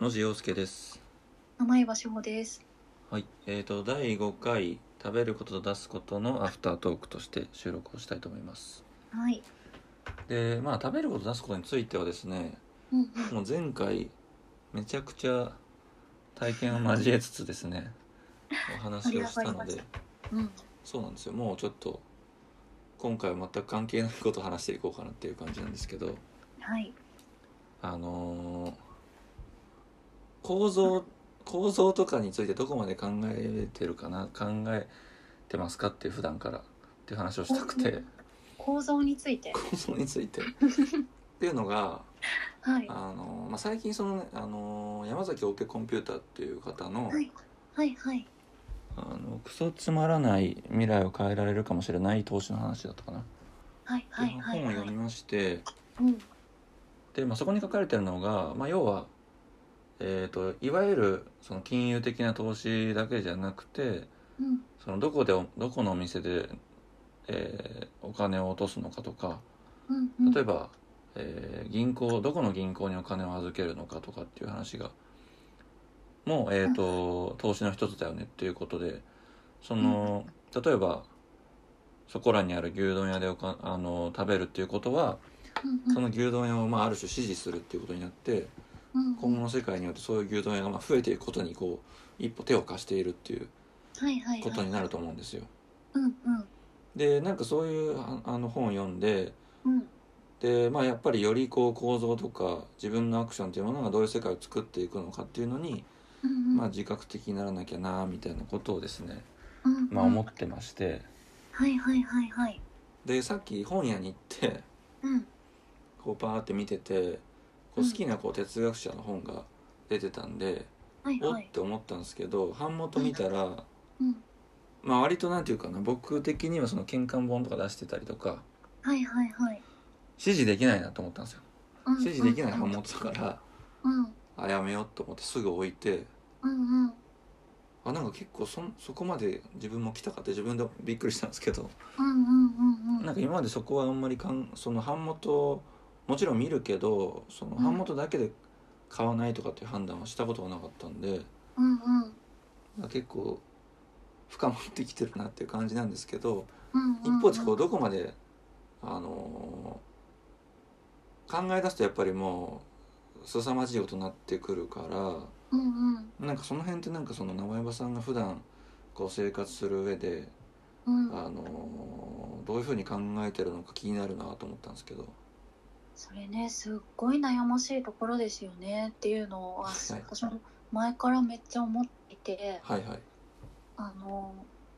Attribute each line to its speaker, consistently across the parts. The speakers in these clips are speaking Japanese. Speaker 1: 野次陽介です。
Speaker 2: 名前は志保です。
Speaker 1: はい、えーと第5回食べることと出すことのアフタートークとして収録をしたいと思います。
Speaker 2: はい。
Speaker 1: で、まあ食べることと出すことについてはですね、
Speaker 2: うんうん。
Speaker 1: もう前回めちゃくちゃ体験を交えつつです ね、お話をしたの
Speaker 2: 盛り上がりまし
Speaker 1: で
Speaker 2: た、うん。
Speaker 1: そうなんですよ。もうちょっと今回は全く関係ないことを話していこうかなっていう感じなんですけど、
Speaker 2: はい。
Speaker 1: あのー構造構造とかについてどこまで考えてるかな考えてますかっていう普段からっていう話をしたくて
Speaker 2: 構造について。
Speaker 1: 構造についてっていうのが、
Speaker 2: はい。
Speaker 1: あのーまあ、最近そのね、あのー山崎オケコンピューターっていう方の,、
Speaker 2: はい。はいはい。
Speaker 1: あのクソつまらない未来を変えられるかもしれない投資の話だったかな、
Speaker 2: はいはいは
Speaker 1: っていう本
Speaker 2: い
Speaker 1: を
Speaker 2: は
Speaker 1: 読み
Speaker 2: い。
Speaker 1: まして
Speaker 2: うん。
Speaker 1: で、まあ、そこに書かれてるのが、まあ、要は、えー、といわゆるその金融的な投資だけじゃなくて
Speaker 2: うん。
Speaker 1: そのどこでどこのお店で、えーお金を落とすのかとか
Speaker 2: うんうん。
Speaker 1: 例えば、えー銀行どこの銀行にお金を預けるのかとかっていう話がもう、えー、と投資の一つだよねっていうことでその例えばそこらにある牛丼屋でおかあの食べるっていうことは
Speaker 2: うん
Speaker 1: その牛丼屋を、まあ、ある種支持するっていうことになって
Speaker 2: うんうん
Speaker 1: 今後の世界によってそういう牛丼屋がまあ増えていくことにこう一歩手を貸しているっていう
Speaker 2: はいはい
Speaker 1: こと
Speaker 2: はい。
Speaker 1: になると思うんですよ。
Speaker 2: うんうん
Speaker 1: でなんかそういうああの本を読んで
Speaker 2: うん
Speaker 1: で、まあ、やっぱりよりこう構造とか自分のアクションというものがどういう世界を作っていくのかっていうのに、
Speaker 2: うんうん。
Speaker 1: まあ、自覚的にならなきゃなみたいなことをですね、
Speaker 2: うんうん
Speaker 1: まあ、思ってまして
Speaker 2: はいはいはいはい。
Speaker 1: でさっき本屋に行って
Speaker 2: うん。
Speaker 1: こうパーって見ててこう好きなこう哲学者の本が出てたんで、
Speaker 2: はい
Speaker 1: お
Speaker 2: は
Speaker 1: っ
Speaker 2: い。
Speaker 1: て思ったんですけど版元見たら、
Speaker 2: うん。
Speaker 1: まあ、割となんていうかな僕的にはその玄関本とか出してたりとか
Speaker 2: はいはいはい。
Speaker 1: 支持できないなと思ったんですよ。
Speaker 2: うんうん
Speaker 1: 支持できない版元だから、
Speaker 2: うん
Speaker 1: あやめようと思ってすぐ置いて
Speaker 2: うんうん
Speaker 1: あなんか結構そんそこまで自分も来たかって自分でびっくりしたんですけど
Speaker 2: うんうんうんうん。
Speaker 1: なんか今までそこはあんまりかんその版元もちろん見るけどその
Speaker 2: うん
Speaker 1: 版元だけで買わないとかっていう判断はしたことがなかったんで
Speaker 2: うんうん
Speaker 1: 結構深まってきてるなっていう感じなんですけど
Speaker 2: うん
Speaker 1: 一
Speaker 2: うん。
Speaker 1: 方でこうどこまであのー考え出すとやっぱりもう凄まじいことになってくるから。
Speaker 2: うんうん
Speaker 1: なんかその辺ってなんかその名前場さんが普段こう生活する上で、
Speaker 2: うん。
Speaker 1: あのーどういうふうに考えてるのか気になるなと思ったんですけど
Speaker 2: それねすっごい悩ましいところですよねっていうのは、
Speaker 1: はい
Speaker 2: 私も前からめっちゃ思っていて
Speaker 1: はいはい
Speaker 2: あの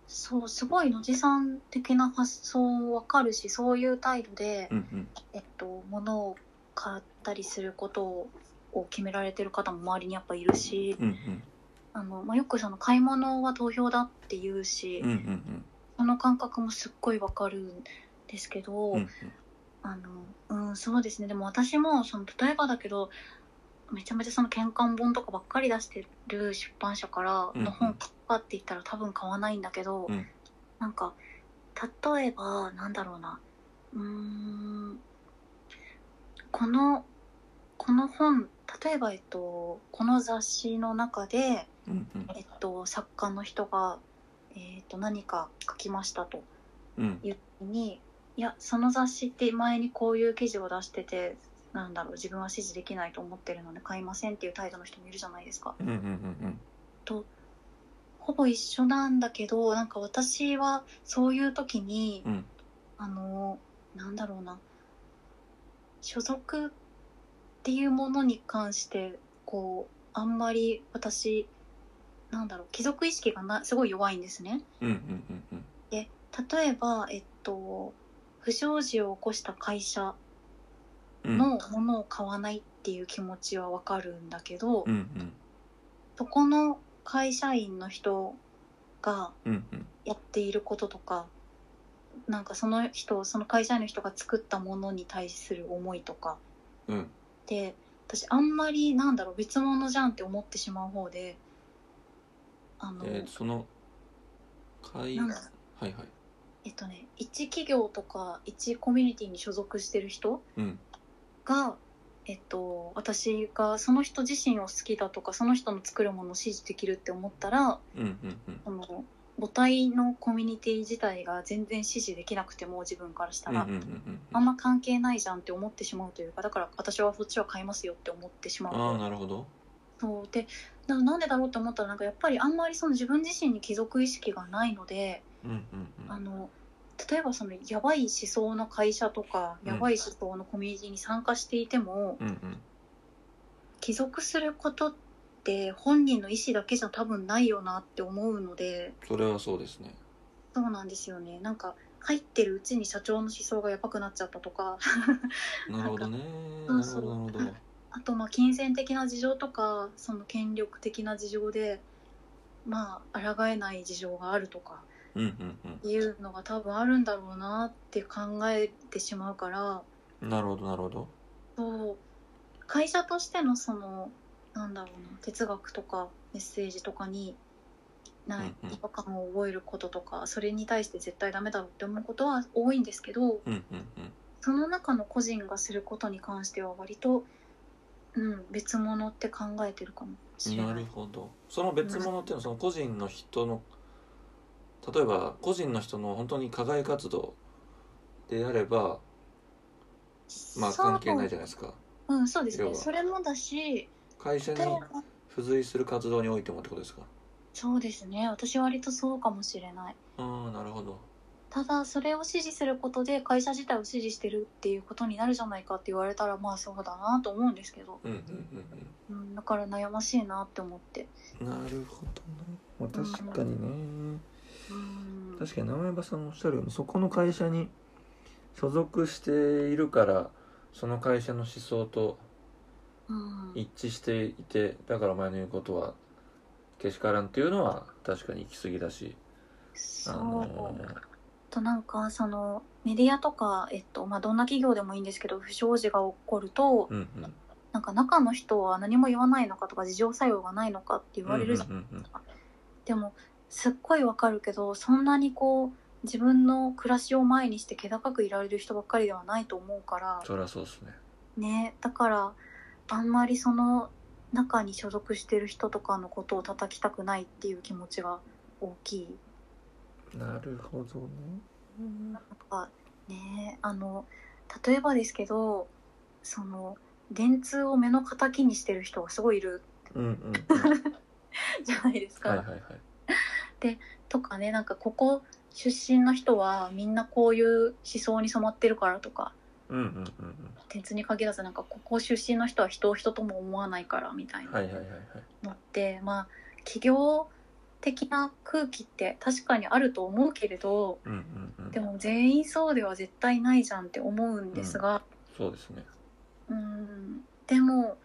Speaker 2: そうすごい野地さん的な発想もわかるしそういう態度で、
Speaker 1: うんうん
Speaker 2: えっと、物を買ったりすることを決められてる方も周りにやっぱいるし
Speaker 1: うんうん
Speaker 2: あの、まあ、よくその買い物は投票だって言うし、
Speaker 1: うんうんうん
Speaker 2: その感覚もすっごいわかるんですけど。
Speaker 1: うんうん
Speaker 2: あの、うん、そうですね。でも私も、その、例えばだけど、めちゃめちゃその玄関本とかばっかり出してる出版社か
Speaker 1: うん
Speaker 2: らの本買うかって言ったら多分買わないんだけど、
Speaker 1: うん
Speaker 2: なんか、例えば、なんだろうな、うーん、この、この本、例えば、えっと、この雑誌の中で、
Speaker 1: うんうん
Speaker 2: えっと、作家の人が、えっと、何か書きましたと。
Speaker 1: うん
Speaker 2: いう時にいやその雑誌って前にこういう記事を出しててなんだろう自分は支持できないと思ってるので買いませんっていう態度の人もいるじゃないですか
Speaker 1: うんうんうん
Speaker 2: ほぼ一緒なんだけどなんか私はそういう時に
Speaker 1: うん
Speaker 2: あのなんだろうな所属っていうものに関してこうあんまり私なんだろう貴族意識がなすごい弱いんですね。
Speaker 1: うんうんうんうん
Speaker 2: で例えば、えっと、不祥事を起こした会社
Speaker 1: うん
Speaker 2: のものを買わないっていう気持ちはわかるんだけど、
Speaker 1: うんうん
Speaker 2: そこの会社員の人が
Speaker 1: うんうん
Speaker 2: やっていることとかなんかその人その会社員の人が作ったものに対する思いとか
Speaker 1: うん
Speaker 2: で私あんまりなんだろう別物じゃんって思ってしまう方であの、
Speaker 1: えーその会
Speaker 2: な
Speaker 1: は
Speaker 2: ん
Speaker 1: い
Speaker 2: だ
Speaker 1: はい
Speaker 2: えっとね一企業とか一コミュニティに所属してる人
Speaker 1: うん
Speaker 2: が、ええっと、私がその人自身を好きだとかその人の作るものを支持できるって思ったら
Speaker 1: うんうんうん
Speaker 2: その母体のコミュニティ自体が全然支持できなくても自分からした
Speaker 1: うんう
Speaker 2: ら、
Speaker 1: んうんう
Speaker 2: あ
Speaker 1: ん
Speaker 2: んま関係ないじゃんって思ってしまうというかだから私はそっちは買いますよって思ってしまう
Speaker 1: ああなるほど
Speaker 2: そうでななんでだろうって思ったらなんかやっぱりあんまりその自分自身に帰属意識がないので
Speaker 1: うんうんうん
Speaker 2: あの例えばそのやばい思想の会社とか
Speaker 1: うん
Speaker 2: やばい思想のコミュニティに参加していても、
Speaker 1: うんうん
Speaker 2: 帰属することって本人の意思だけじゃ多分ないよなって思うので
Speaker 1: それはそうですね
Speaker 2: そうなんですよねなんか入ってるうちに社長の思想がやばくなっちゃったとか
Speaker 1: なるほどねな
Speaker 2: そう
Speaker 1: る
Speaker 2: そ
Speaker 1: ほ
Speaker 2: う
Speaker 1: どなるほど
Speaker 2: あとまあ金銭的な事情とかその権力的な事情でまあ抗えない事情があるとか
Speaker 1: うんうん
Speaker 2: いうのが多分あるんだろうなって考えてしまうから
Speaker 1: うんなるほどなるほど
Speaker 2: そう会社としてのそのなんだろうな哲学とかメッセージとかにな
Speaker 1: うんうん
Speaker 2: 違和感を覚えることとかそれに対して絶対ダメだろうって思うことは多いんですけど
Speaker 1: うんうんうん
Speaker 2: その中の個人がすることに関しては割と、うん、別物って考えてるかもしれ
Speaker 1: な
Speaker 2: な
Speaker 1: る
Speaker 2: い。
Speaker 1: ほどその別物っていうのはその個人の人の例えば個人の人の本当に課外活動であればまあ関係ないじゃないです
Speaker 2: か。
Speaker 1: か
Speaker 2: うん、そうです
Speaker 1: 要
Speaker 2: ね。
Speaker 1: は
Speaker 2: それもだし、
Speaker 1: 会社
Speaker 2: 例
Speaker 1: に
Speaker 2: えば
Speaker 1: 付随する活動においてもってことですか
Speaker 2: そうですね。私割とそうかもしれない。
Speaker 1: ああなるほど
Speaker 2: ただそれを支持することで会社自体を支持してるっていうことになるじゃないかって言われたらまあそうだなと思うんですけど、
Speaker 1: うんうん
Speaker 2: うん、だから悩ましいなって思って
Speaker 1: うんうんなるほどねまあ
Speaker 2: 確かに
Speaker 1: ね
Speaker 2: うん
Speaker 1: 確かに直山さんもおっしゃるようにそこの会社に所属しているからその会社の思想と
Speaker 2: うん
Speaker 1: 一致していてだから前の言うことはけしからんっていうのは確かに行き過ぎだし
Speaker 2: そ
Speaker 1: あ
Speaker 2: う、
Speaker 1: のー
Speaker 2: あとなんかそのメディアとか、えっとまあ、どんな企業でもいいんですけど不祥事が起こると、
Speaker 1: うんうん
Speaker 2: なんか中の人は何も言わないのかとか事情作用がないのかって言われるじゃん
Speaker 1: うんうんうん
Speaker 2: でもすっごいわかるけどそんなにこう自分の暮らしを前にして気高くいられる人ばっかりではないと思うから
Speaker 1: そりゃそうですね
Speaker 2: ねだからあんまりその中に所属してる人とかのことを叩きたくないっていう気持ちが大きい。
Speaker 1: なるほどね
Speaker 2: なんかねあの例えばですけどその電通を目の敵にしてる人がすごいいる
Speaker 1: うんうんうん
Speaker 2: じゃないですか。
Speaker 1: はいはいはい
Speaker 2: とかねなんかここ出身の人はみんなこういう思想に染まってるからとか
Speaker 1: うんうんうん
Speaker 2: 鉄に限らずなんかここ出身の人は人を人とも思わないからみたい
Speaker 1: うん
Speaker 2: な
Speaker 1: はいはいはいはい
Speaker 2: のって、まあ企業的な空気って確かにあると思うけれど
Speaker 1: うんうんうん
Speaker 2: でも全員そうでは絶対ないじゃんって思うんですが、
Speaker 1: そうですね
Speaker 2: うん、でも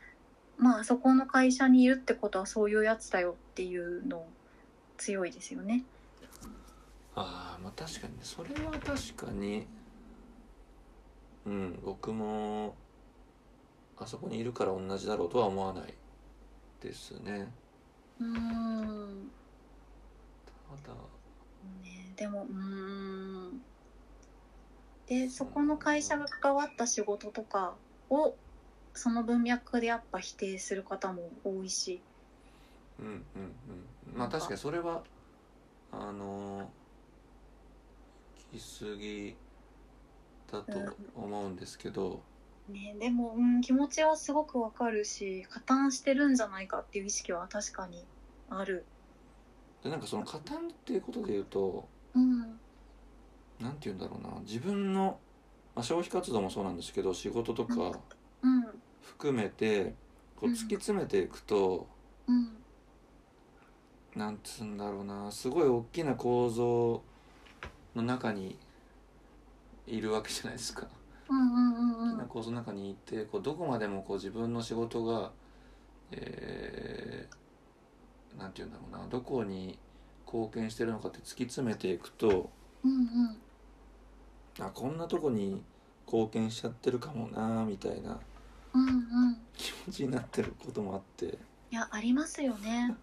Speaker 2: まああそこの会社にいるってことはそういうやつだよっていうの強いですよね。
Speaker 1: ああまあ確かにねそれは確かにうん僕もあそこにいるから同じだろうとは思わないですね
Speaker 2: うん
Speaker 1: ただ
Speaker 2: ね、でもうーんでそこの会社が関わった仕事とかをその文脈でやっぱ否定する方も多いし
Speaker 1: うんうんうんまあ確かにそれはあのー行き過ぎだと思うんですけど、
Speaker 2: ね、でも、うん、気持ちはすごくわかるし加担してるんじゃないかっていう意識は確かにある。
Speaker 1: でなんかその加担っていうことで言うと
Speaker 2: うん、
Speaker 1: なんて言うんだろうな自分の、まあ、消費活動もそうなんですけど仕事とか
Speaker 2: うん、
Speaker 1: 含めてこう
Speaker 2: うん
Speaker 1: 突き詰めていくと、
Speaker 2: うん、
Speaker 1: なんつうんだろうなすごい大きな構造の中にいるわけじゃないですか。
Speaker 2: うん、うん、うん、
Speaker 1: 大
Speaker 2: う、
Speaker 1: きなん構造の中にいてこうどこまでもこう自分の仕事が、えーなんて言うんだろうなどこに貢献してるのかって突き詰めていくと
Speaker 2: うん、
Speaker 1: あこんなとこに貢献しちゃってるかもなみたいな
Speaker 2: うん、うん、
Speaker 1: 気持ちになってることもあって
Speaker 2: いや、ありますよね。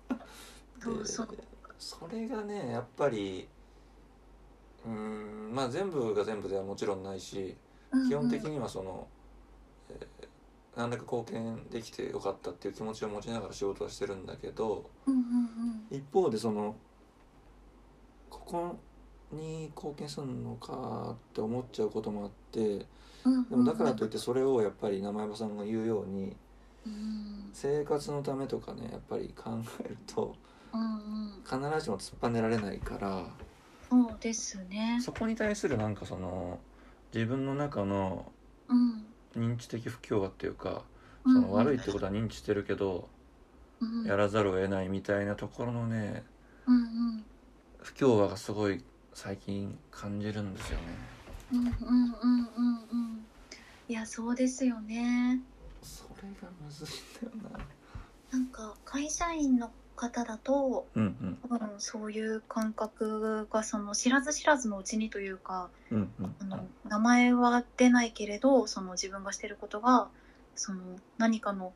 Speaker 2: そうそう
Speaker 1: でそれがねやっぱりうーんまあ全部が全部ではもちろんないし基本的
Speaker 2: うん
Speaker 1: にはその、え何らか貢献できてよかったっていう気持ちを持ちながら仕事はしてるんだけど
Speaker 2: うんうん
Speaker 1: 一方でそのここに貢献するのかって思っちゃうこともあって
Speaker 2: うんうん
Speaker 1: でもだからといってそれをやっぱり生山さんが言うように
Speaker 2: うん
Speaker 1: 生活のためとかねやっぱり考えると
Speaker 2: うんうん
Speaker 1: 必ずしも突っぱねられないから。
Speaker 2: そうですね
Speaker 1: そこに対するなんかその自分の中の
Speaker 2: うん
Speaker 1: 認知的不協和っていうか
Speaker 2: う
Speaker 1: そ
Speaker 2: ん
Speaker 1: の悪いってことは認知してるけど
Speaker 2: うん
Speaker 1: やらざるを得ないみたいなところのね
Speaker 2: うんうん
Speaker 1: 不協和がすごい最近感じるんですよね。
Speaker 2: うんうんうんうんうんいやそうですよね
Speaker 1: それがむずいんだよな。
Speaker 2: なんか会社員の方だと
Speaker 1: うん
Speaker 2: 多分そういう感覚がその知らず知らずのうちにというか
Speaker 1: うんうんうん
Speaker 2: あの名前は出ないけれどその自分がしてることがその何かの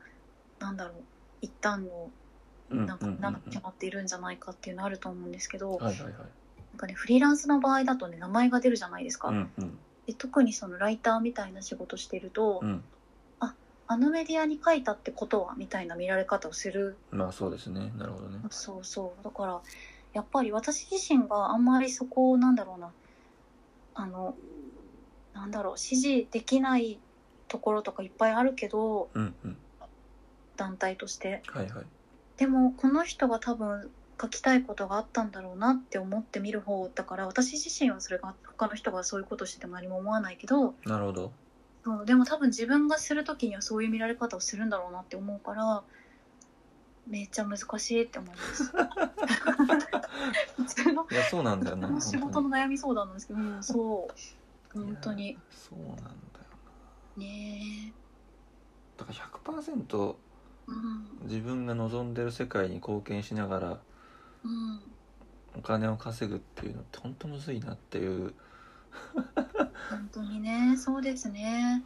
Speaker 2: なんだろう一旦の
Speaker 1: うんうん
Speaker 2: なんか
Speaker 1: うんうん
Speaker 2: なってしまっているんじゃないかっていうのあると思うんですけど、
Speaker 1: はいはいはい。
Speaker 2: なんかねフリーランスの場合だとね名前が出るじゃないですか、
Speaker 1: うんうん
Speaker 2: で特にそのライターみたいな仕事してると、
Speaker 1: うん。
Speaker 2: あのメディアに書いたってことはみたいな見られ方をする
Speaker 1: まあそうですね。なるほどね。
Speaker 2: そうそうだからやっぱり私自身があんまりそこをなんだろうなあのなんだろう指示できないところとかいっぱいあるけど
Speaker 1: うんうん。
Speaker 2: 団体として
Speaker 1: はいはい。
Speaker 2: でもこの人が多分書きたいことがあったんだろうなって思って見る方だから私自身はそれが他の人がそういうことしてても何も思わないけど
Speaker 1: なるほど。
Speaker 2: そうでも多分自分がする時にはそういう見られ方をするんだろうなって思うからめっちゃ難しいって思います普通の
Speaker 1: いやそうなんだよ
Speaker 2: こ
Speaker 1: な。
Speaker 2: の 仕事
Speaker 1: 本
Speaker 2: の悩み相談なんですけど、うん、そう
Speaker 1: 当に
Speaker 2: 本当。
Speaker 1: いや
Speaker 2: に
Speaker 1: そうなんだよな。
Speaker 2: ね
Speaker 1: だから100%
Speaker 2: えうん
Speaker 1: 自分が望んでる世界に貢献しながら
Speaker 2: うん
Speaker 1: お金を稼ぐっていうのってほんとむずいなっていう
Speaker 2: 本当にねそうですね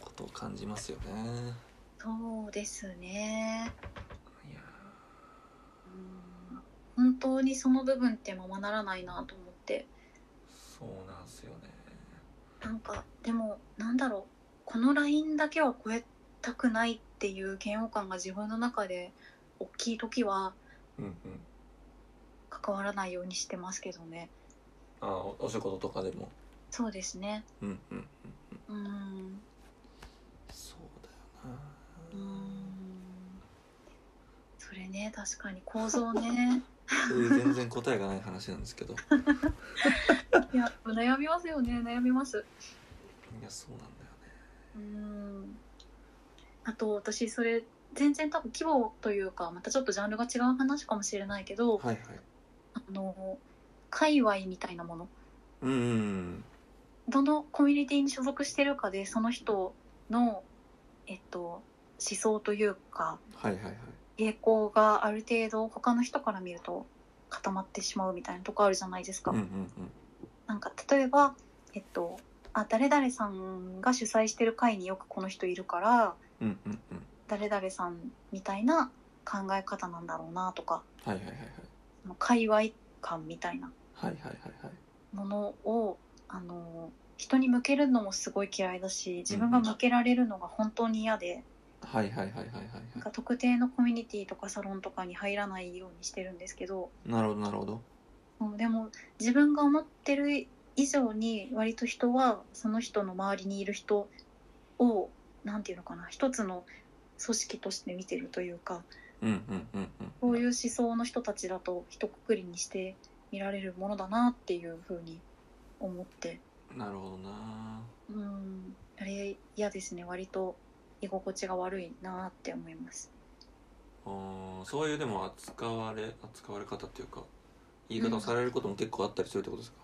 Speaker 1: ことを感じますよね
Speaker 2: そうですね
Speaker 1: いや
Speaker 2: うん本当にその部分ってままならないなと思って
Speaker 1: そうなんすよね
Speaker 2: なんかでもなんだろうこのラインだけは超えたくないっていう嫌悪感が自分の中で大きい時は
Speaker 1: うんうん
Speaker 2: 関わらないようにしてますけどね
Speaker 1: ああおお仕事とかでも
Speaker 2: そうですね
Speaker 1: うんうんうん
Speaker 2: うん
Speaker 1: そうだよ
Speaker 2: うーんそれね確かに構造ね
Speaker 1: そういう全然答えがない話なんですけどい
Speaker 2: いや悩みますよね悩みます
Speaker 1: やそうなんだよね
Speaker 2: うーんあと私それ全然多分規模というかまたちょっとジャンルが違う話かもしれないけど
Speaker 1: はいはい
Speaker 2: あの界隈みたいなもの
Speaker 1: うんうん
Speaker 2: どのコミュニティに所属してるかでその人のえっと思想というか
Speaker 1: はいはいはい
Speaker 2: 傾向がある程度他の人から見ると固まってしまうみたいなとこあるじゃないですか。
Speaker 1: うんうん
Speaker 2: なんか例えば、えっと、あ誰々さんが主催してる会によくこの人いるから
Speaker 1: うんうんうんうん
Speaker 2: 誰々さんみたいな考え方なんだろうなとか
Speaker 1: はいはいはい
Speaker 2: その界隈感みたいな
Speaker 1: はいはいはいはいはい
Speaker 2: ものをあの人に向けるのもすごい嫌いだし自分が向けられるのが本当に嫌で
Speaker 1: はいはいはいはいはい
Speaker 2: なん
Speaker 1: は
Speaker 2: か特定のコミュニティとかサロンとかに入らないようにしてるんですけど
Speaker 1: いなるほどなるほど
Speaker 2: うんでも自分が思ってる以上に割と人はその人の周りにいる人をなんていうのかな一つの組織として見てるというか
Speaker 1: うんうんうんうん
Speaker 2: こういう思想の人たちだと一括りにして見られるものだなっていうふうに思って
Speaker 1: なるほどな
Speaker 2: うんあれ嫌ですね割と居心地が悪いなって思います。
Speaker 1: あーそういうでも扱われ扱われ方っていうか言い方をされることも結構あったりするってことですか、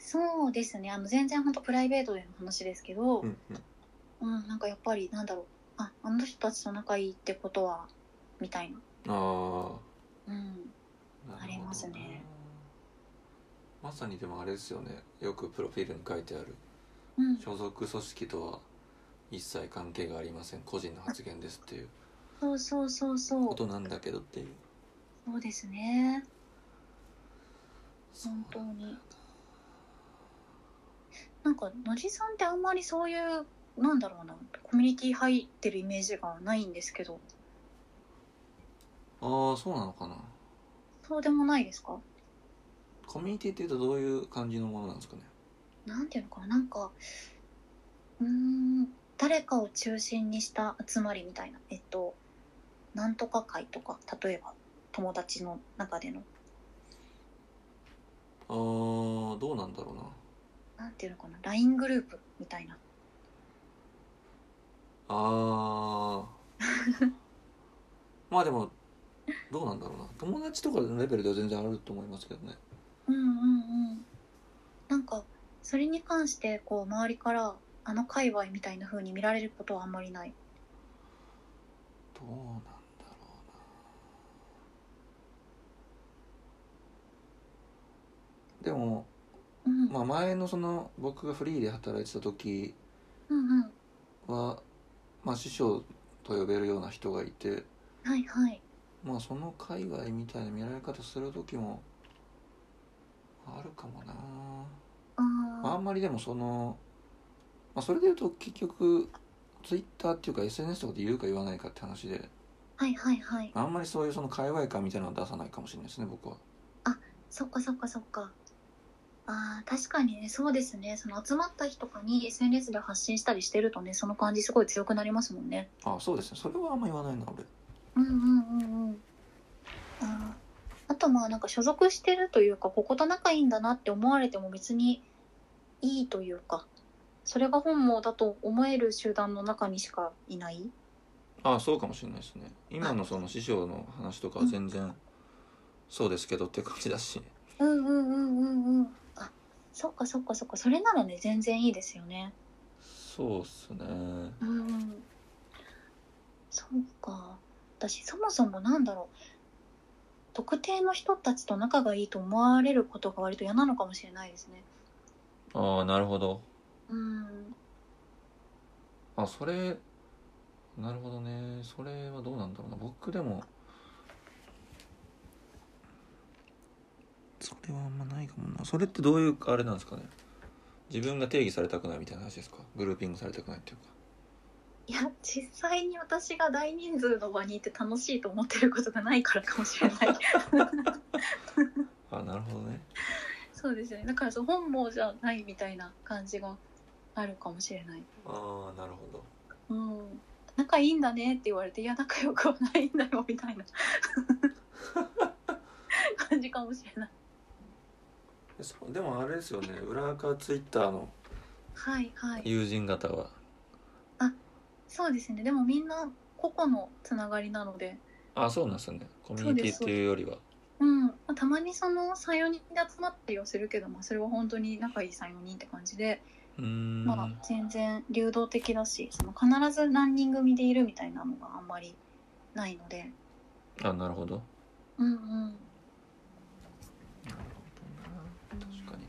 Speaker 2: そうですねあの全然本当プライベートでの話ですけど、
Speaker 1: うんうん、
Speaker 2: うん、なんかやっぱりなんだろうああの人たちと仲いいってことはみたい
Speaker 1: あ
Speaker 2: な、うん、
Speaker 1: あなるほどな
Speaker 2: ありますね
Speaker 1: まさにでもあれですよねよくプロフィールに書いてある
Speaker 2: うん、
Speaker 1: 所属組織とは一切関係がありません個人の発言ですっていう
Speaker 2: そうそうそうそ
Speaker 1: こ
Speaker 2: う
Speaker 1: となんだけどっていう
Speaker 2: そうですね
Speaker 1: そう
Speaker 2: 本当になんか野地さんってあんまりそういうなんだろうなコミュニティ入ってるイメージがないんですけど
Speaker 1: ああそうなのかな
Speaker 2: そうでもないですか
Speaker 1: コミュニティっていうとどういう感じのものなんですかね
Speaker 2: なんていうのかななんかうーん誰かを中心にした集まりみたいなえっとなんとか会とか例えば友達の中での
Speaker 1: ああどうなんだろうな
Speaker 2: なんていうのかな LINE グループみたいな
Speaker 1: あーまあでもどうなんだろうな友達とかのレベルでは全然あると思いますけどね
Speaker 2: うんうんうんなんかそれに関してこう周りからあの界隈みたいな風に見られることはあんまりない
Speaker 1: どうなんだろうなでも、
Speaker 2: うん、
Speaker 1: まあ、前のその僕がフリーで働いてた時
Speaker 2: うんうん
Speaker 1: は、まあ、師匠と呼べるような人がいて
Speaker 2: はいはい
Speaker 1: まあその界隈みたいな見られ方する時もあるかもな
Speaker 2: あ
Speaker 1: まあ、あ
Speaker 2: あ
Speaker 1: んまりでもその、まあ、それでいうと結局ツイッターっていうか SNS とかで言うか言わないかって話で
Speaker 2: はいはいはい
Speaker 1: あんまりそういうその界隈感みたいなのは出さないかもしれないですね僕は
Speaker 2: そっかそっかそっかあー確かにねそうですねその集まった日とかに SNS で発信したりしてるとねその感じすごい強くなりますもんね
Speaker 1: あそうですねそれはあんま言わないな俺
Speaker 2: うんうんうんうんあーあとまあなんか所属してるというかここと仲いいんだなって思われても別にいいというかそれが本望だと思える集団の中にしかいない
Speaker 1: あそうかもしれないですね今のその師匠の話とかは全然そうですけどって感じだし
Speaker 2: うんうんうんうんうんあそっかそっかそっかそれならね全然いいですよね
Speaker 1: そうっすね
Speaker 2: うんそうか私そもそもなんだろう特定の人たちと仲がいいと思われることが割と嫌なのかもしれないですね
Speaker 1: ああなるほど
Speaker 2: うん
Speaker 1: あそれなるほどねそれはどうなんだろうな僕でもそれはあんまないかもなそれってどういうあれなんですかね自分が定義されたくないみたいな話ですかグルーピングされたくないっていうか
Speaker 2: いや実際に私が大人数の場にいて楽しいと思ってることがないからかもしれない
Speaker 1: あなるほどね
Speaker 2: そうですよねだからそう本望じゃないみたいな感じがあるかもしれない
Speaker 1: ああなるほど
Speaker 2: うん仲いいんだねって言われていや仲良くはないんだよみたいな感じかもしれない
Speaker 1: そうでもあれですよね裏垢ツイッターの
Speaker 2: はいはい
Speaker 1: 友人方は
Speaker 2: そうですねでもみんな個々のつながりなので、
Speaker 1: あそうなんですねコミュニティっていうよりは
Speaker 2: うんまあ、たまにその34人で集まったりはするけど、まあ、それは本当に仲いい34人って感じで、
Speaker 1: うーん、
Speaker 2: まあ、全然流動的だしその必ず何人組でいるみたいなのがあんまりないので、
Speaker 1: あなるほど
Speaker 2: うんうん、
Speaker 1: なるほどな確かにな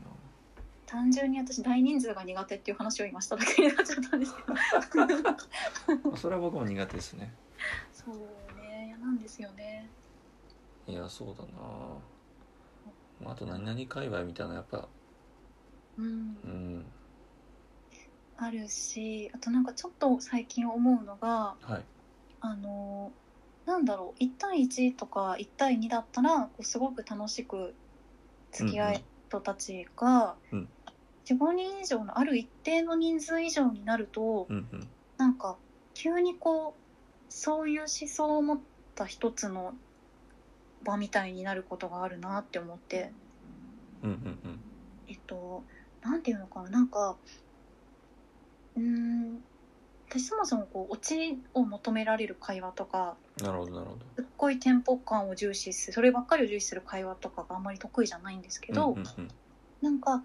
Speaker 2: 単純に私大人数が苦手っていう話を今しただけになっちゃったんですけど
Speaker 1: まあそれは僕も苦手ですね
Speaker 2: そうね嫌なんですよね
Speaker 1: いやそうだなまああと何々界隈みたいなやっぱ
Speaker 2: う
Speaker 1: う
Speaker 2: ん
Speaker 1: ん
Speaker 2: あるしあとなんかちょっと最近思うのが
Speaker 1: はい
Speaker 2: あのなんだろう1対1とか1対2だったらこうすごく楽しく付き合い人たちが、
Speaker 1: うんうん
Speaker 2: 45人以上のある一定の人数以上になると、
Speaker 1: うんうん
Speaker 2: なんか急にこうそういう思想を持った一つの場みたいになることがあるなって思って。
Speaker 1: うんうんうん
Speaker 2: えっと、なんていうのかな、なんか、うーん、私そもそもこう、オチを求められる会話とか、
Speaker 1: なるほどなるほ
Speaker 2: すっごいテンポ感を重視する、そればっかりを重視する会話とかがあんまり得意じゃないんですけ
Speaker 1: どう
Speaker 2: ど、
Speaker 1: んうんうん
Speaker 2: なんか、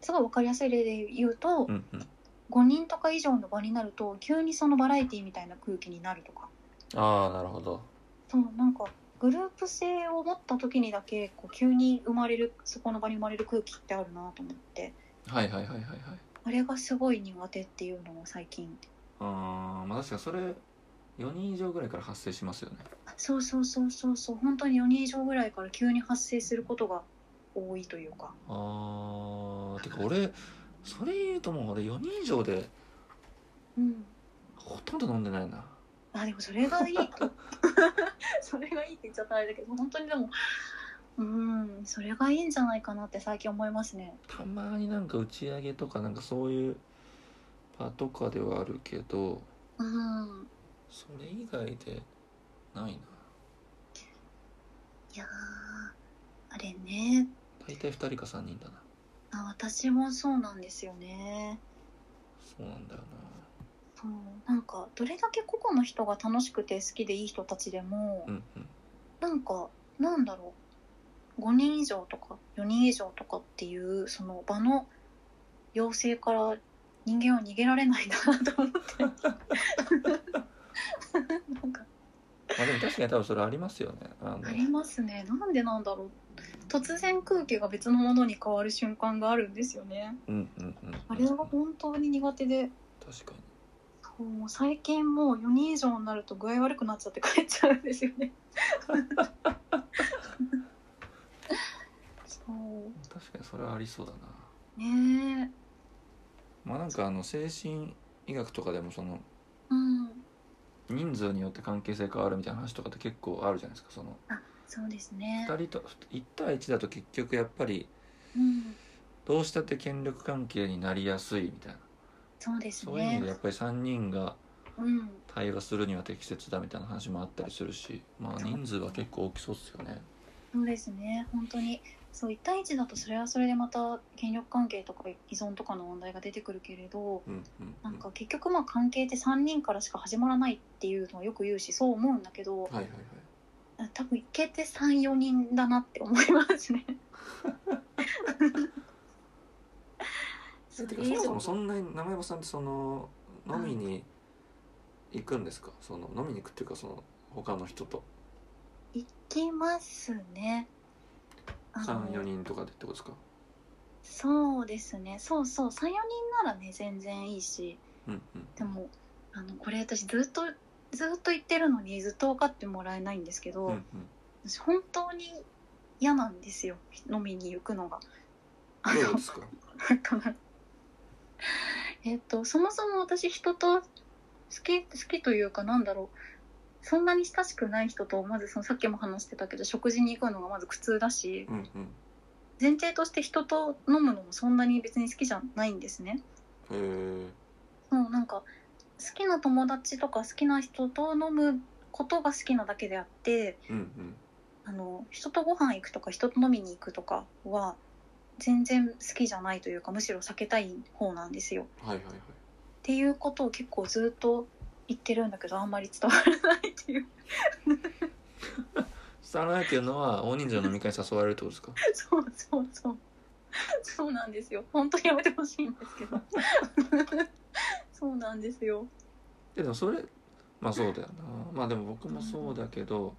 Speaker 2: すごいわかりやすい例で言うと、
Speaker 1: うんうん
Speaker 2: 5人とか以上の場になると、急にそのバラエティみたいな空気になるとか、
Speaker 1: ああなるほど
Speaker 2: そう、なんか、グループ性を持った時にだけ、こう、急に生まれる、そこの場に生まれる空気ってあるなと思って、
Speaker 1: はいはいはいはいはい
Speaker 2: あれがすごい苦手っていうのを最近
Speaker 1: あーまあ確かにそれ4人以上ぐらいから発生しますよね
Speaker 2: そうそうそうそうそう本当に4人以上ぐらいから急に発生することが多いというか
Speaker 1: あーてか俺それ言うともう俺4人以上で
Speaker 2: うん
Speaker 1: ほとんど飲んでないな
Speaker 2: あでもそれがいい それがいいって言っちゃったあれだけど本当にでもうんそれがいいんじゃないかなって最近思いますね
Speaker 1: たまになんか打ち上げとかなんかそういう場とかではあるけど
Speaker 2: うん
Speaker 1: それ以外でないない
Speaker 2: やーあれね
Speaker 1: 大体2人か3人だな
Speaker 2: あ私もそうなんですよね
Speaker 1: そうなんだよ
Speaker 2: そうなんかどれだけ個々の人が楽しくて好きでいい人たちでも、
Speaker 1: なうんうん
Speaker 2: なんかなんだろう5人以上とか4人以上とかっていうその場の要請から人間は逃げられないなと思ってなんか
Speaker 1: まあでも確かに多分それありますよねあの
Speaker 2: ありますねなんでなんだろう突然空気が別のものに変わる瞬間があるんですよね
Speaker 1: うんうんうんうん
Speaker 2: あれは本当に苦手で
Speaker 1: 確かに
Speaker 2: そうもう最近もう4人以上になると具合悪くなっちゃって帰っちゃうんですよねそう
Speaker 1: 確かにそれはありそうだな
Speaker 2: ねえ
Speaker 1: まあなんかあの精神医学とかでもその
Speaker 2: うん
Speaker 1: 人数によって関係性変わるみたいな話とかって結構あるじゃないですかその
Speaker 2: そうですね
Speaker 1: 2人と1対1だと結局やっぱり
Speaker 2: うん
Speaker 1: どうしたって権力関係になりやすいみたいな
Speaker 2: そうです
Speaker 1: そういう意味
Speaker 2: ね
Speaker 1: でやっぱり3人が
Speaker 2: うん
Speaker 1: 対話するには適切だみたいな話もあったりするしまあ人数は結構大きそうですよね
Speaker 2: そうですね本当にそう1対1だとそれはそれでまた権力関係とか依存とかの問題が出てくるけれど
Speaker 1: うんうん
Speaker 2: なんか結局まあ関係って3人からしか始まらないっていうのはよく言うしそう思うんだけど
Speaker 1: はいはいはい
Speaker 2: 多分いけて34人だなって思いますね。
Speaker 1: えてかそもそもそんなに長山さんってその飲みに行くんですかその飲みに行くっていうかその他の人と
Speaker 2: 行きますね。あの
Speaker 1: 34人とかでってことですか
Speaker 2: そうですねそうそう34人ならね全然いいし
Speaker 1: うんうん
Speaker 2: でもあのこれ私ずっとずっと言ってるのにずっと分かってもらえないんですけど、
Speaker 1: うんうん
Speaker 2: 私本当に嫌なんですよ飲みに行くのが。 あ
Speaker 1: どう
Speaker 2: の
Speaker 1: ですか
Speaker 2: なんかなえっとそもそも私人と好き好きというかなんだろうそんなに親しくない人とまずそのさっきも話してたけど食事に行くのがまず苦痛だし
Speaker 1: うんうん
Speaker 2: 前提として人と飲むのもそんなに別に好きじゃないんですね。
Speaker 1: へえ
Speaker 2: もうなんか好きな友達とか好きな人と飲むことが好きなだけであって
Speaker 1: うんうん
Speaker 2: あの人とご飯行くとか人と飲みに行くとかは全然好きじゃないというかむしろ避けたい方なんですよ。
Speaker 1: はいはいはい
Speaker 2: っていうことを結構ずっと言ってるんだけどあんまり伝わらないっていう
Speaker 1: 伝わらないっていうのは大人数の飲み会に誘われるってこと ですか
Speaker 2: そうそうそうそうなんですよ本当にやめてほしいんですけど そうなんですよ
Speaker 1: でもそれまあそうだよなまあでも僕もそうだけど、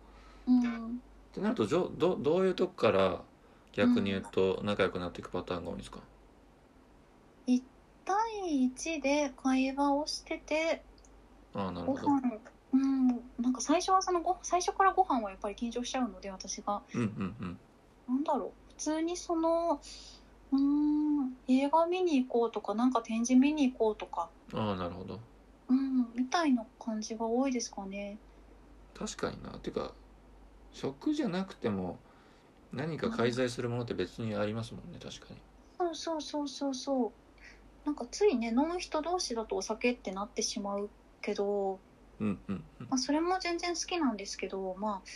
Speaker 2: うん
Speaker 1: ってなるとじょどどういうとこから逆に言うと仲良くなっていくパターンが多いんですか、
Speaker 2: 第一で会話をしてて
Speaker 1: ああなる
Speaker 2: ご
Speaker 1: ほど、
Speaker 2: 飯うんなんか最初はそのご最初からご飯はやっぱり緊張しちゃうので私が
Speaker 1: うんうんうん
Speaker 2: なんだろう普通にそのうーん映画見に行こうとかなんか展示見に行こうとか
Speaker 1: ああなるほど
Speaker 2: うんみたいな感じが多いですかね
Speaker 1: 確かになっていうか食じゃなくても何か介在するものって別にありますもんね確かに
Speaker 2: そうそうそうそうそうなんかついね飲む人同士だとお酒ってなってしまうけど、
Speaker 1: うんうんうん
Speaker 2: まあ、それも全然好きなんですけどまあ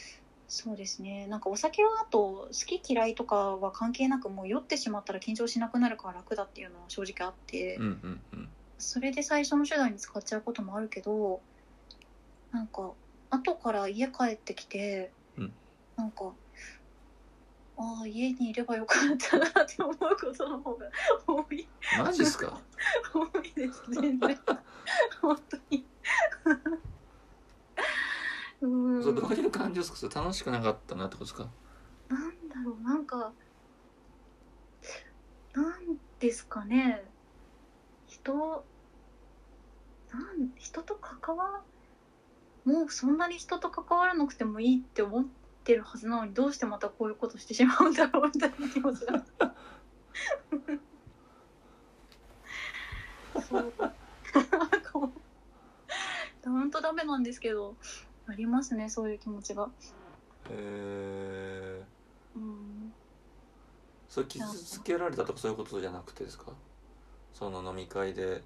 Speaker 2: そうですねなんかお酒はあと好き嫌いとかは関係なくもう酔ってしまったら緊張しなくなるから楽だっていうのは正直あって、
Speaker 1: うんうんうん
Speaker 2: それで最初の手段に使っちゃうこともあるけどなんか後から家帰ってきて、
Speaker 1: うん
Speaker 2: なんかああ家にいればよかったなって思うことの方が 多い
Speaker 1: マジっすか
Speaker 2: 多いです全然本当にうー ん
Speaker 1: そうどういう感情ですかそれ楽しくなかったなってことですか
Speaker 2: なんだろうなんかなんですかね人なん人と関わもうそんなに人と関わらなくてもいいって思ってるはずなのにどうしてまたこういうことしてしまうんだろうみたいな気持ちが。そう なんかもう本当ダメなんですけどありますねそういう気持ちが
Speaker 1: えー、
Speaker 2: うん
Speaker 1: それ傷つけられたとかそういうことじゃなくてですかその飲み会で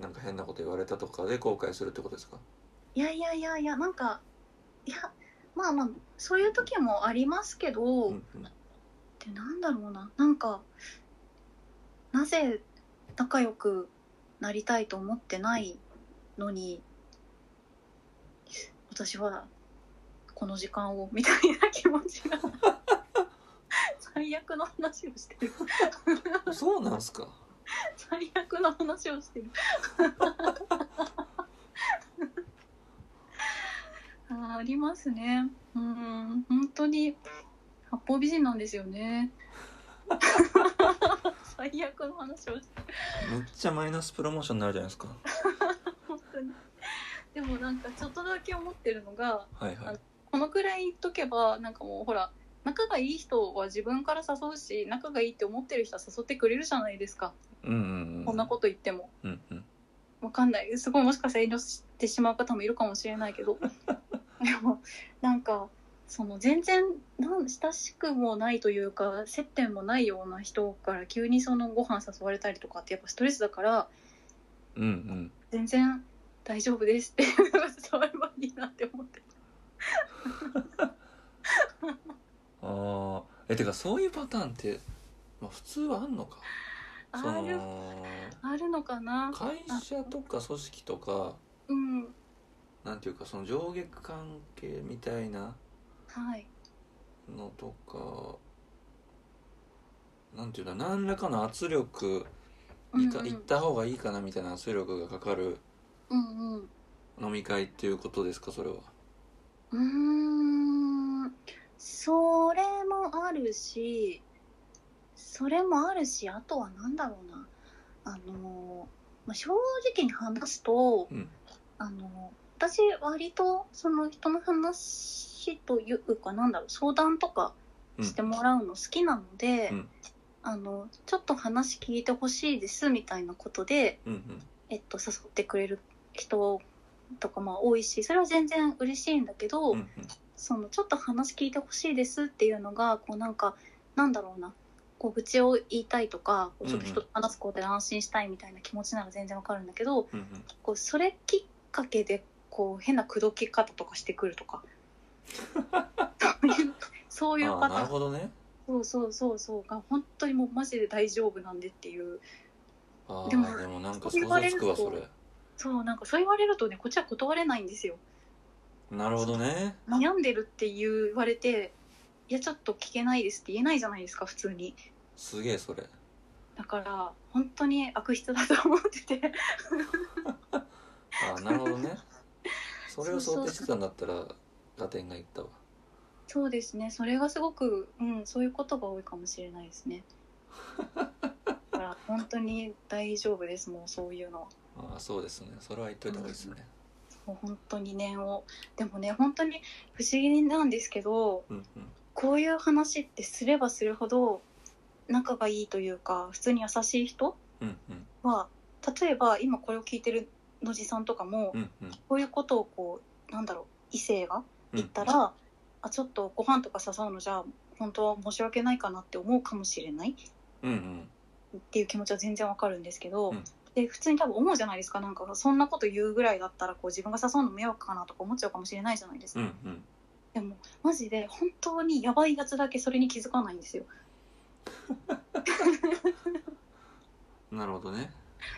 Speaker 1: なんか変なこと言われたとかで後悔するってことですか
Speaker 2: いやいやいやいやなんかいやまあまあそういう時もありますけど、
Speaker 1: うんうん
Speaker 2: でなんだろうななんかなぜ仲良くなりたいと思ってないのに私はこの時間をみたいな気持ち が最悪の話をしてる
Speaker 1: そうなんすか
Speaker 2: 最悪の話をしてる あーありますねうん本当に八方美人なんですよね 最悪の話をして
Speaker 1: めっちゃマイナスプロモーションになるじゃないですか
Speaker 2: 本当にでもなんかちょっとだけ思ってるのが
Speaker 1: はいはい
Speaker 2: このくらい言っとけばなんかもうほら仲がいい人は自分から誘うし仲がいいって思ってる人は誘ってくれるじゃないですか
Speaker 1: うんうんうん
Speaker 2: こんなこと言っても
Speaker 1: うんうん
Speaker 2: わかんないすごいもしかしたら遠慮してしまう方もいるかもしれない けどでもなんかその全然なん親しくもないというか接点もないような人から急にそのご飯誘われたりとかってやっぱストレスだから
Speaker 1: うんうん
Speaker 2: 全然大丈夫ですっていうのが伝わればいいなって思って
Speaker 1: ああえてかそういうパターンって、まあ、普通はあんのかそ
Speaker 2: ある
Speaker 1: の
Speaker 2: あるのかな
Speaker 1: 会社とか組織とか
Speaker 2: うん
Speaker 1: なんていうかその上下関係みたいな
Speaker 2: はい
Speaker 1: のとかなんていうの何らかの圧力
Speaker 2: うんう
Speaker 1: い
Speaker 2: ん
Speaker 1: か行った方がいいかなみたいな圧力がかかる
Speaker 2: うんうん
Speaker 1: 飲み会っていうことですかそれは
Speaker 2: うーんそれもあるしそれもあるしあとは何だろうなあのまあ正直に話すと
Speaker 1: うん
Speaker 2: あの私割とその人の話というかなんだろう相談とか
Speaker 1: うん
Speaker 2: してもらうの好きなので、
Speaker 1: うん
Speaker 2: あのちょっと話聞いてほしいですみたいなことで、
Speaker 1: うんうん
Speaker 2: えっと、誘ってくれる人とかまあ多いしそれは全然嬉しいんだけど、
Speaker 1: うんうん
Speaker 2: そのちょっと話聞いてほしいですっていうのがこうなんかなんだろうなこう愚痴を言いたいとかこうちょっと人と話すことで安心したいみたいな気持ちなら全然わかるんだけど
Speaker 1: うんうん
Speaker 2: こうそれきっかけでこう変な口説き方とかしてくるとかそういうそういう
Speaker 1: ああ
Speaker 2: パタ
Speaker 1: なる
Speaker 2: ーン
Speaker 1: ほどね
Speaker 2: そうそうそうそうが本当にもうマジで大丈夫なんでっていう
Speaker 1: ああで
Speaker 2: でも
Speaker 1: もなんか
Speaker 2: そ
Speaker 1: 想
Speaker 2: う言わ
Speaker 1: 像
Speaker 2: れ
Speaker 1: つ
Speaker 2: る
Speaker 1: く
Speaker 2: と
Speaker 1: わそれ
Speaker 2: そうなんかそう言われるとねこっちは断れないんですよ。
Speaker 1: なるほどね
Speaker 2: 悩んでるって言われていやちょっと聞けないですって言えないじゃないですか普通に
Speaker 1: すげえそれ
Speaker 2: だから本当に悪質だと思ってて
Speaker 1: ああなるほど ねそれを想定してたんだったら合点がいったわ
Speaker 2: そうですねそれがすごく、うん、そういうことが多いかもしれないですねだから本当に大丈夫ですもうそういうのは
Speaker 1: ああそうですねそれは言っといた方がいいですね
Speaker 2: もう本当に念をでもね本当に不思議なんですけど
Speaker 1: うんうん
Speaker 2: こういう話ってすればするほど仲がいいというか普通に優しい人
Speaker 1: うんうん
Speaker 2: は例えば今これを聞いてる野地さんとかも、
Speaker 1: うんうん
Speaker 2: こういうことをこうなんだろう異性が
Speaker 1: うん
Speaker 2: 言ったら、あちょっとご飯とか誘うのじゃ本当は申し訳ないかなって思うかもしれない
Speaker 1: うんうん
Speaker 2: っていう気持ちは全然わかるんですけど、
Speaker 1: うん
Speaker 2: で普通に多分思うじゃないですかなんかそんなこと言うぐらいだったらこう自分が誘うの迷惑かなとか思っちゃうかもしれないじゃないです
Speaker 1: う
Speaker 2: か、
Speaker 1: んうん
Speaker 2: でもマジで本当にやばいやつだけそれに気づかないんですよ
Speaker 1: なるほどね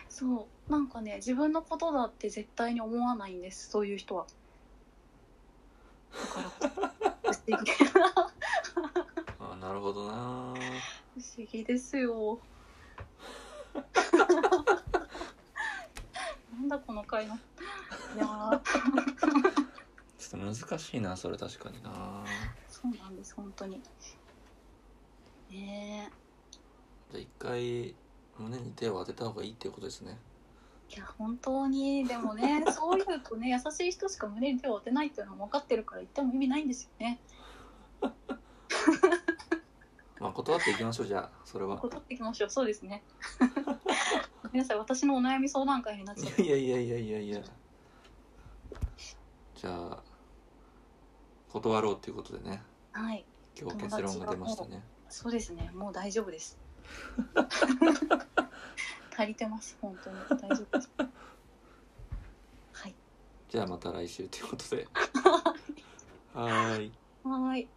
Speaker 2: そうなんかね自分のことだって絶対に思わないんですそういう人はだから 不思議
Speaker 1: ああなるほどな
Speaker 2: 不思議ですよ なんだこの回のいやー
Speaker 1: ちょっと難しいなそれ確かにな
Speaker 2: そうなんです本当にね
Speaker 1: じゃあ一回胸に手を当てた方がいいっていうことですね
Speaker 2: えいや本当にでもねそういうとね優しい人しか胸に手を当てないっていうのは分かってるから言っても意味ないんですよね
Speaker 1: まあ断っていきましょうじゃあそれは
Speaker 2: 断っていきましょうそうですねごめんなさい私のお悩み相談会になっちゃった
Speaker 1: いやいやいやいやいやじゃあ断ろうということでね
Speaker 2: はい
Speaker 1: 今日結論が出ましたね
Speaker 2: そうですねもう大丈夫です 足りてます本当に大丈夫ですはい
Speaker 1: じゃあまた来週ということではーい
Speaker 2: はーい